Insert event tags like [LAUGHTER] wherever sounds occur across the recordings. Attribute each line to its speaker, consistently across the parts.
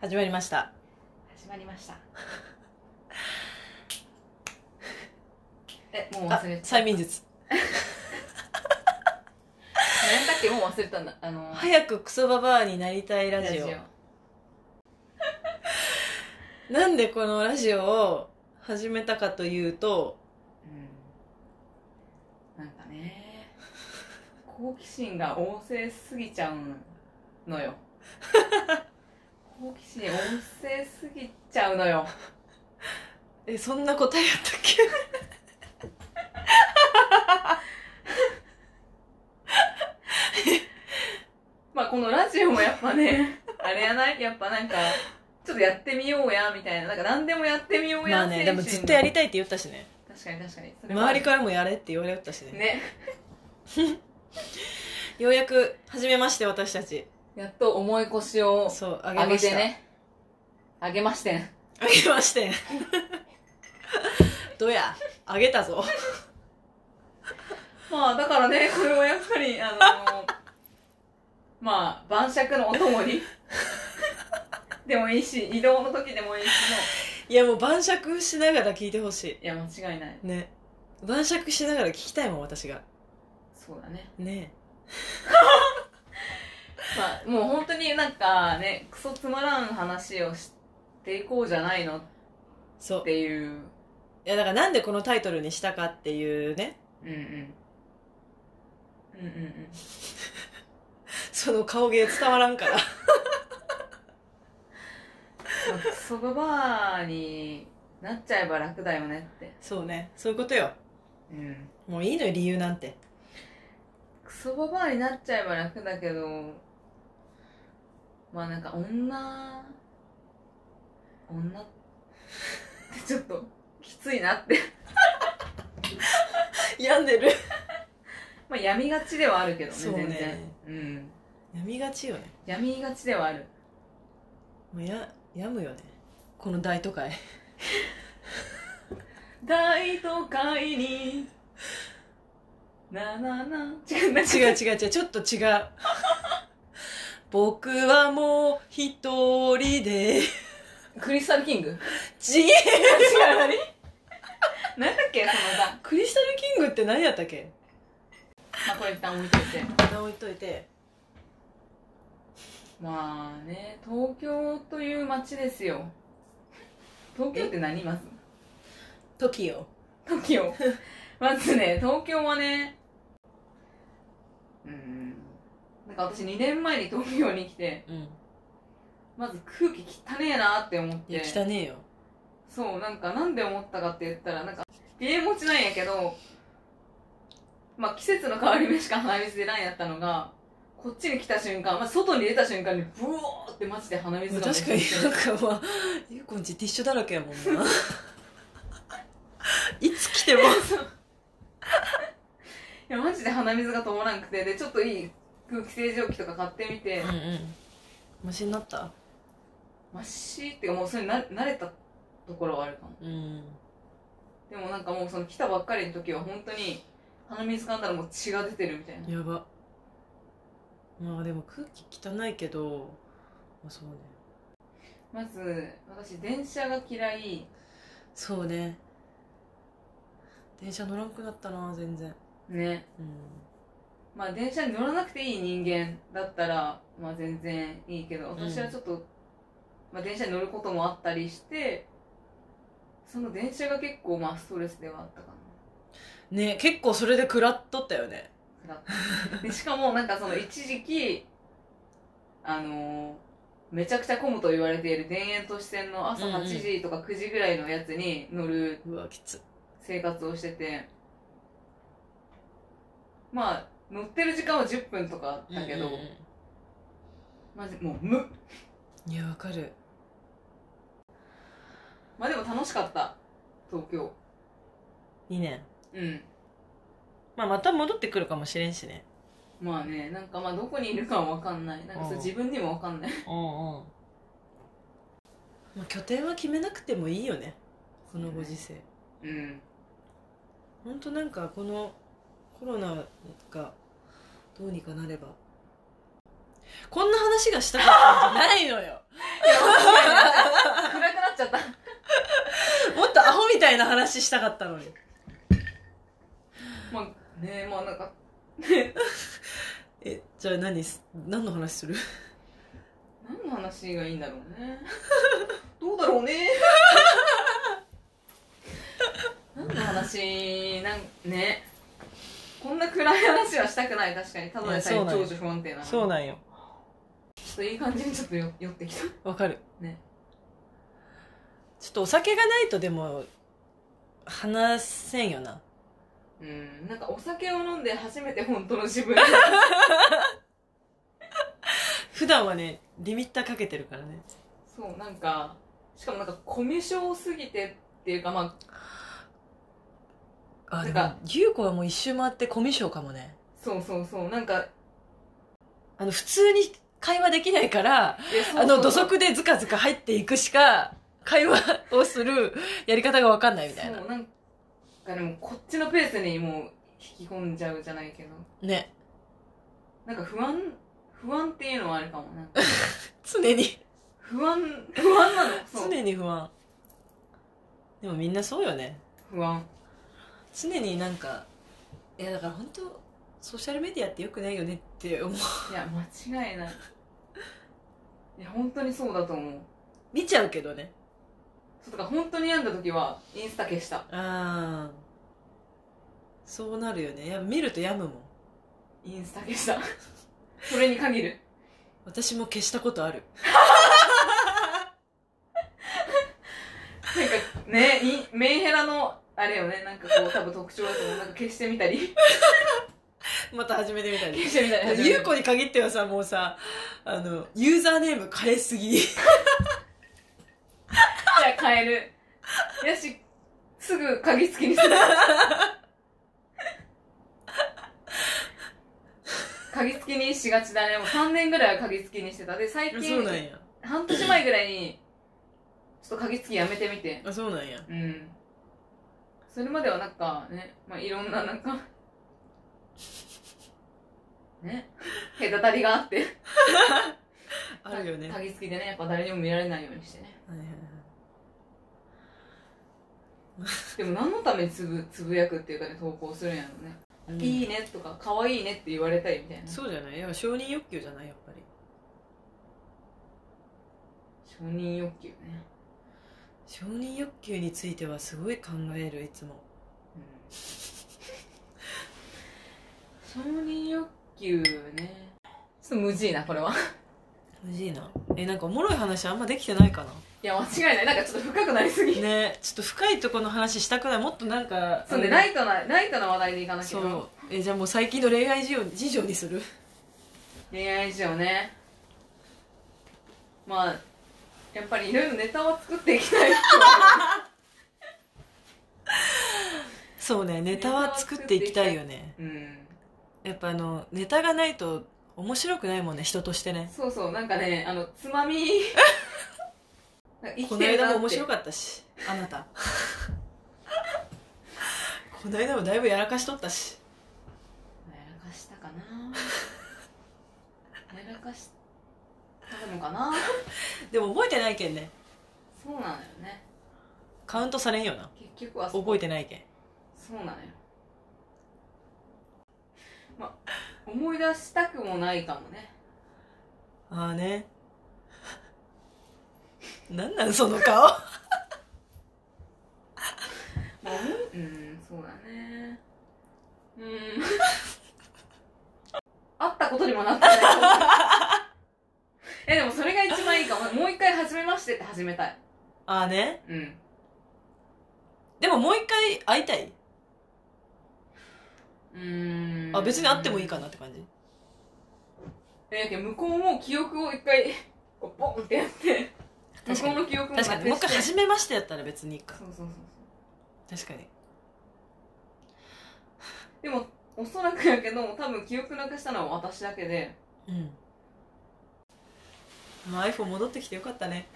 Speaker 1: 始まりました
Speaker 2: 始まりました
Speaker 1: [LAUGHS]
Speaker 2: えもう忘れ
Speaker 1: あ
Speaker 2: てた
Speaker 1: 催眠術
Speaker 2: 何だっけもう忘れたんだあのー
Speaker 1: 早くクソババアになりたいラジオなんでこのラジオを始めたかというと
Speaker 2: うんなんかね好奇心が旺盛すぎちゃうのよ好奇心旺盛すぎちゃうのよ
Speaker 1: えそんな答えやったっけ
Speaker 2: まあこのラジオもやっぱねあれやないやっぱなんかちょっとやってみようやみたいななんか何 [LAUGHS] でもやってみよう
Speaker 1: ま
Speaker 2: や
Speaker 1: あね
Speaker 2: 精
Speaker 1: で
Speaker 2: 神
Speaker 1: も
Speaker 2: の
Speaker 1: ずっとやりたいって言ったしね
Speaker 2: 確かに確かにそれは
Speaker 1: 周りからもやれって言われたしね
Speaker 2: ね
Speaker 1: ようやく始めまして私たち
Speaker 2: やっと重い腰を
Speaker 1: そうあげま
Speaker 2: 上げ
Speaker 1: してた
Speaker 2: ね上げましてん
Speaker 1: あげま
Speaker 2: [LAUGHS]
Speaker 1: してんどうやあげたぞ
Speaker 2: まあだからね [LAUGHS] これはやっぱりあのまあ晩酌のお供に [LAUGHS] でもいいし移動の時でもいいし
Speaker 1: いやもう晩酌しながら聞いてほし
Speaker 2: のいや間違いない
Speaker 1: いね晩酌しながら聞きたいもん私が
Speaker 2: そうだね
Speaker 1: ね
Speaker 2: まあもう本当になんかねクソつまらん話をしていこうじゃないのっ
Speaker 1: そう
Speaker 2: ていう
Speaker 1: いやだからなんでこのタイトルにしたかっていうね [LAUGHS]
Speaker 2: うんうんうんうんうん
Speaker 1: その顔芸伝わらんから [LAUGHS]
Speaker 2: まあクソババアになっちゃえば楽だよねって
Speaker 1: そうねそういうことよ
Speaker 2: うん
Speaker 1: もういいのよ理由なんて
Speaker 2: クソババアになっちゃえば楽だけどまあなんか女女 [LAUGHS] ってちょっときついなって
Speaker 1: [LAUGHS]
Speaker 2: [LAUGHS]
Speaker 1: 病んでる
Speaker 2: まあ病みがちではあるけどね
Speaker 1: そうね
Speaker 2: 全然うん
Speaker 1: [LAUGHS] 病みがちよね
Speaker 2: 病みがちではある
Speaker 1: もうや病むよねこの大都会 [LAUGHS]
Speaker 2: 大都会にななな違うな
Speaker 1: 違う違う違うちょっと違う [LAUGHS] 僕はもう一人で
Speaker 2: クリスタルキング違う
Speaker 1: [LAUGHS] ち [LAUGHS] げえ [LAUGHS]
Speaker 2: 何なんだっけその歌、
Speaker 1: クリスタルキングって何やったっけ
Speaker 2: まあ、これ一旦置いといて
Speaker 1: 置いといて
Speaker 2: まあね東京という街ですよ東京って何まず
Speaker 1: TOKIO
Speaker 2: 東京まずね東京はねうんなんか私2年前に東京に来て
Speaker 1: うん
Speaker 2: まず空気汚ねえなって思っ
Speaker 1: いや
Speaker 2: て
Speaker 1: 汚ねえよ
Speaker 2: そうなんかなんで思ったかって言ったらなんか鼻炎持ちなんやけどまあ季節の変わり目しか鼻水出ないやったのがこっちに来た瞬間、まあ、外に出た瞬間にブオーってマジで鼻水がめ
Speaker 1: 確
Speaker 2: っち
Speaker 1: か
Speaker 2: ゃ
Speaker 1: に
Speaker 2: 出て
Speaker 1: なんかまあゆうこんちティッシュだらけやもんな [LAUGHS] いつ来ても
Speaker 2: いやマジで鼻水が止まらなくてでちょっといい空気清浄機とか買ってみて
Speaker 1: うんうんマシになった
Speaker 2: マシーっていうかもうそれにな慣れたところはあるかも
Speaker 1: うん
Speaker 2: でもなんかもうその来たばっかりの時は本当に鼻水かんだらもう血が出てるみたいな
Speaker 1: やばまあでも空気汚いけどまあそうね
Speaker 2: まず私電車が嫌い
Speaker 1: そうね電車乗らんくなったな全然
Speaker 2: ね
Speaker 1: うん
Speaker 2: まあ電車に乗らなくていい人間だったらまあ全然いいけど私はちょっと、まあ電車に乗ることもあったりしてその電車が結構まあストレスではあったかな
Speaker 1: ね結構それで食らっとったよね
Speaker 2: だったでしかもなんかその一時期あのーめちゃくちゃ混むと言われている田園都市線の朝
Speaker 1: うんうん
Speaker 2: 8時とか9時ぐらいのやつに乗る
Speaker 1: うわきつ
Speaker 2: 生活をしてて、まあ乗ってる時間は10分とかだけど、
Speaker 1: うんうん
Speaker 2: マジもう無
Speaker 1: うんいやわかる
Speaker 2: まあでも楽しかった東京
Speaker 1: 2年
Speaker 2: うん
Speaker 1: まあまた戻ってくるかもしれんしね
Speaker 2: まあねなんかまあどこにいるかは分かんないなんかそう
Speaker 1: うん
Speaker 2: 自分にも分かんない
Speaker 1: うんうんまあ拠点は決めなくてもいいよねこのご時世
Speaker 2: うん
Speaker 1: ほんとなんかこのコロナが [LAUGHS] どうにかなればこんな話がしたかったんじゃないのよ
Speaker 2: 暗くなっちゃった。
Speaker 1: もっとアホみたいな話したかったのに。
Speaker 2: まあ、ねえ、まあなんか、
Speaker 1: え、じゃあ何す、何の話する
Speaker 2: 何の話がいいんだろう
Speaker 1: [LAUGHS]
Speaker 2: ね。どうだろうね。何の話、なん、ね。こんな暗い話はしたくない、確かに。ただでさえ
Speaker 1: いやそう
Speaker 2: 情
Speaker 1: なんよ
Speaker 2: 緒不安定なのに。
Speaker 1: そう
Speaker 2: ちょ
Speaker 1: なんよ。
Speaker 2: っといい感じにちょっとよ寄ってきた。
Speaker 1: わかる。
Speaker 2: ね。
Speaker 1: ちょっとお酒がないとでも、話せんよな。
Speaker 2: うん、なんかお酒を飲んで初めて本当の自
Speaker 1: [LAUGHS]
Speaker 2: 分。
Speaker 1: 普段はね、リミッターかけてるからね。
Speaker 2: そう、なんか、しかもなんかコミュ障すぎてっていうか、まあ、
Speaker 1: あ、な
Speaker 2: な
Speaker 1: んん
Speaker 2: か
Speaker 1: か、ゆうこはもう一周回ってコミュ障かもね。
Speaker 2: そうそうそう、なんか、
Speaker 1: あの、普通に会話できないから、
Speaker 2: いやそうそう
Speaker 1: あの、土足でずかずか入っていくしか、会話をするやり方がわかんないみたいな
Speaker 2: そ。う、なんかでもこっちのペースにもう引き込んじゃうじゃないけど、
Speaker 1: ね。
Speaker 2: なんか不安、不安っていうのはあるかも。なんか
Speaker 1: 常に、
Speaker 2: 不安、不安なのそ
Speaker 1: [LAUGHS]
Speaker 2: う。
Speaker 1: 常に不安。でもみんなそうよね。
Speaker 2: 不安。
Speaker 1: 常になんか、いやだから本当ソーシャルメディアってよくないよねって思う。
Speaker 2: いや、間違いない。いや、本当にそうだと思う。
Speaker 1: 見ちゃうけどね。
Speaker 2: そう、だから本当に病んだ時は、インスタ消した。
Speaker 1: ああ。そうなるよね。いや見ると病むもん。
Speaker 2: インスタ消した。 [LAUGHS] それに限る。
Speaker 1: 私も消したことある。 [LAUGHS]
Speaker 2: なんかね、いメンヘラの、あれよね、なんかこう、多分特徴だと思う。なんか消してみたり。 [LAUGHS]
Speaker 1: また始めてみたり
Speaker 2: 消。してみたり。
Speaker 1: ゆうこに限ってはさ、もうさ、あの、ユーザーネーム変えすぎ。
Speaker 2: じゃあ変える。やし、すぐ鍵付きにする。鍵付きにしがちだね。もう3年ぐらいは鍵付きにしてた。で、最
Speaker 1: そうなん
Speaker 2: 近、
Speaker 1: や。
Speaker 2: 半年前ぐらいに、ちょっと鍵付きやめてみて。
Speaker 1: あ、そうなんや。
Speaker 2: うん。それまではなんかね、まあ、いろんななんか、ね、隔たりがあって。
Speaker 1: あるよね。はい
Speaker 2: 鍵付きでね、やっぱ誰にも見られないようにしてね。
Speaker 1: はいはい
Speaker 2: でも何のためにつぶつぶやくっていうかね投稿するんやろね、
Speaker 1: うん
Speaker 2: いいねとか可愛いねって言われたいみたいな承
Speaker 1: そうじゃないいや承認欲求じゃないやっぱり。
Speaker 2: 認欲求ね、
Speaker 1: 承認欲求についてはすごい考える、いつも。
Speaker 2: うん、承認欲求ねちょっと無事いなこれは
Speaker 1: むじいな。え、なんかおもろい話あんまできてないかな。
Speaker 2: いや間違いないなんかちょっと深くなりすぎ
Speaker 1: ねちょっと深いとこの話したくない。もっとなんか。
Speaker 2: そうねライトなライトな話題でいかなきゃ
Speaker 1: そう。え、じゃあもう最近の恋愛事情事情にする
Speaker 2: 恋愛事情ねまあやっぱりいろいろネタを作っていきたい
Speaker 1: そうね、ネタは作っていきたいよね。
Speaker 2: うん
Speaker 1: やっぱあの、ネタがないと面白くないもんね、人としてね。
Speaker 2: そうそう、なんかね、あの、つまみ、なんか
Speaker 1: [LAUGHS]
Speaker 2: 生
Speaker 1: こ
Speaker 2: き
Speaker 1: の
Speaker 2: てる
Speaker 1: 間
Speaker 2: な
Speaker 1: も
Speaker 2: っ
Speaker 1: 面
Speaker 2: て
Speaker 1: 白。かったし、あなた。 [LAUGHS] この間もだいぶやらかしとったし。
Speaker 2: やらかしたかなやらかしたのかな
Speaker 1: でも覚えてないけんね。
Speaker 2: そうなのよね。
Speaker 1: カウントされんよな。
Speaker 2: 結局はそ
Speaker 1: 覚えてないけん。
Speaker 2: そうなのよ。ま、思い出したくもないかもね。
Speaker 1: ああね。 [LAUGHS] なんなんその [LAUGHS] 顔。
Speaker 2: まあ、思いうん、そうだね。うん。 [LAUGHS] 会ったことにもなってない。え、でもそれが一番いいかも。もう一回始めましてって始めたい。
Speaker 1: ああね。
Speaker 2: うん。
Speaker 1: でももう一回会いたい。
Speaker 2: うーん
Speaker 1: あ、別に会ってもいいかなって感じ。
Speaker 2: えやけん向こうも記憶を一回こうボンってやって
Speaker 1: 確
Speaker 2: 向
Speaker 1: か
Speaker 2: こ
Speaker 1: に
Speaker 2: うの記憶もなく
Speaker 1: 確
Speaker 2: して
Speaker 1: かに。もう一回初めましてやったら別にいいか
Speaker 2: そ。うそうそうそ
Speaker 1: 確かに。
Speaker 2: うでもおそらくやけど多分記憶なくしたのは私だけで
Speaker 1: うん。まあ iPhone 戻ってきてよかったね。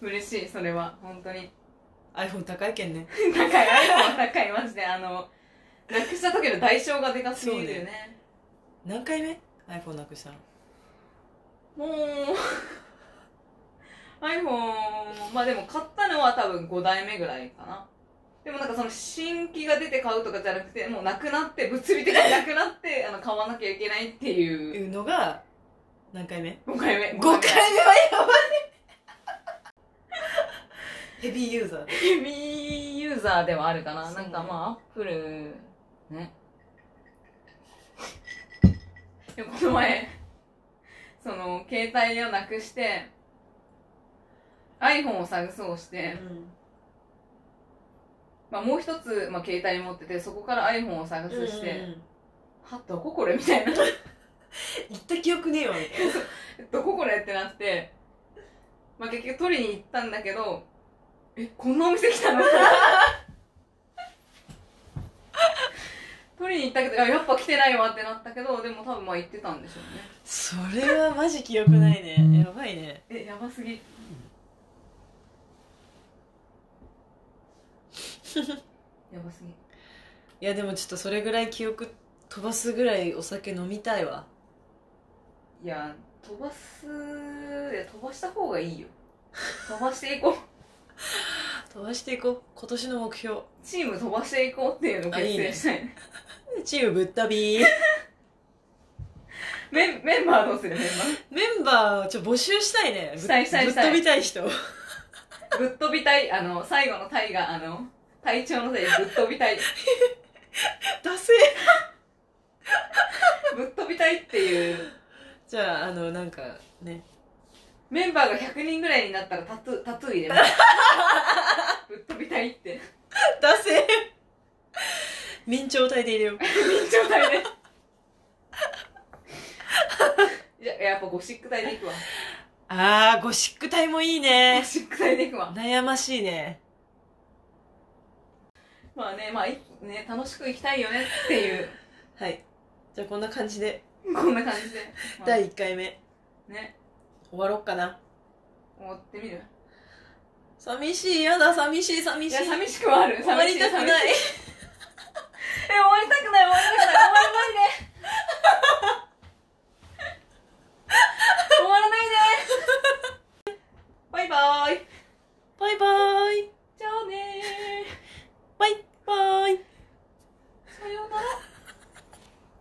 Speaker 2: 嬉しいそれは本当に [LAUGHS]
Speaker 1: iPhone 高いけんね。
Speaker 2: 高い iPhone 高いマジであのなくした時の代償がでかすぎるよね
Speaker 1: 何
Speaker 2: [LAUGHS]
Speaker 1: 回目 ?iPhone なくしたの。
Speaker 2: もう iPhone、まあでも買ったのは多分5代目ぐらいかな。でもなんかその新規が出て買うとかじゃなくて、もうなくなって、物理的になくなって、 [LAUGHS] あの、買わなきゃいけないって
Speaker 1: て
Speaker 2: いう、
Speaker 1: いうのが、何回目
Speaker 2: 5
Speaker 1: [LAUGHS]
Speaker 2: 回目。
Speaker 1: ?5 回目はやばいヘ [LAUGHS] ビーユーザー。
Speaker 2: ヘビーユーザーではあるかな。
Speaker 1: そう
Speaker 2: なんかまあ、アップル、
Speaker 1: [LAUGHS]
Speaker 2: ね。でもこの前、その、携帯をなくして、iPhone を探そうして、まあもう一つ、まあ携帯持ってて、そこから iPhone を探
Speaker 1: うん
Speaker 2: すして、
Speaker 1: うん
Speaker 2: は、どここれみたいな。 [LAUGHS]
Speaker 1: 行った記憶ねえわ、みたいな。
Speaker 2: どここれってなって、まあ結局取りに行ったんだけど、え、こんなお店
Speaker 1: [LAUGHS]
Speaker 2: 来たの取りに行ったけど、いややっぱ来てないわってなったけど、でも多分まあ行ってたんでしょう
Speaker 1: それはマジ記憶ないね。やばいね。
Speaker 2: ね。え、やばす
Speaker 1: [LAUGHS]
Speaker 2: ぎ。やばすぎ。
Speaker 1: いや、でもちょっとそれぐらい記憶飛ばすぐらいお酒飲みたいわ。
Speaker 2: いや、飛ばす、いや、飛ばした方がいいよ。飛ばしていこう。 [LAUGHS]
Speaker 1: 飛ばしていこう。今年の目標。
Speaker 2: チーム飛ばしていこうっていうのを
Speaker 1: あ
Speaker 2: 決
Speaker 1: いいね
Speaker 2: 定したい。
Speaker 1: チームぶった [LAUGHS] び
Speaker 2: メンメンバーどうするメン
Speaker 1: メンバーをちょっと募集したいね。ぶ
Speaker 2: したいしたいしたい
Speaker 1: ぶっ飛びたい人。
Speaker 2: バー。ぶっ飛びたい、あの、最後のタイが、あの、体調のせいぶっ飛びたい。
Speaker 1: [LAUGHS] ダセ
Speaker 2: ぶっ飛びたいっていう。
Speaker 1: じゃあ、あの、なんかね。
Speaker 2: メンバーが100人ぐらいになったらタトゥー、タトゥー入
Speaker 1: [LAUGHS]
Speaker 2: れます。ぶっ飛びたいって。
Speaker 1: ダ [LAUGHS] セ明朝体で入れよう。
Speaker 2: 緊張体で。いや、やっぱゴシック体でいくわ。
Speaker 1: あー、ゴシック体もいい
Speaker 2: ゴ
Speaker 1: ね。
Speaker 2: シック体でいくわ。
Speaker 1: 悩ましいね。
Speaker 2: まあね、まあい、ね、楽しく行きたいよねっていう、
Speaker 1: はい。じゃあこんな感じで、
Speaker 2: こんな感じで。まあ
Speaker 1: 第1回目、
Speaker 2: ね、
Speaker 1: 終わろっかな。
Speaker 2: 終わってみる
Speaker 1: 寂しい、やだ、寂しい、寂
Speaker 2: い
Speaker 1: しい。
Speaker 2: や、寂しくはある。
Speaker 1: 終わりたくない
Speaker 2: 寂し。え、終わりたくない、終わりたくない、終わらないで。 [LAUGHS]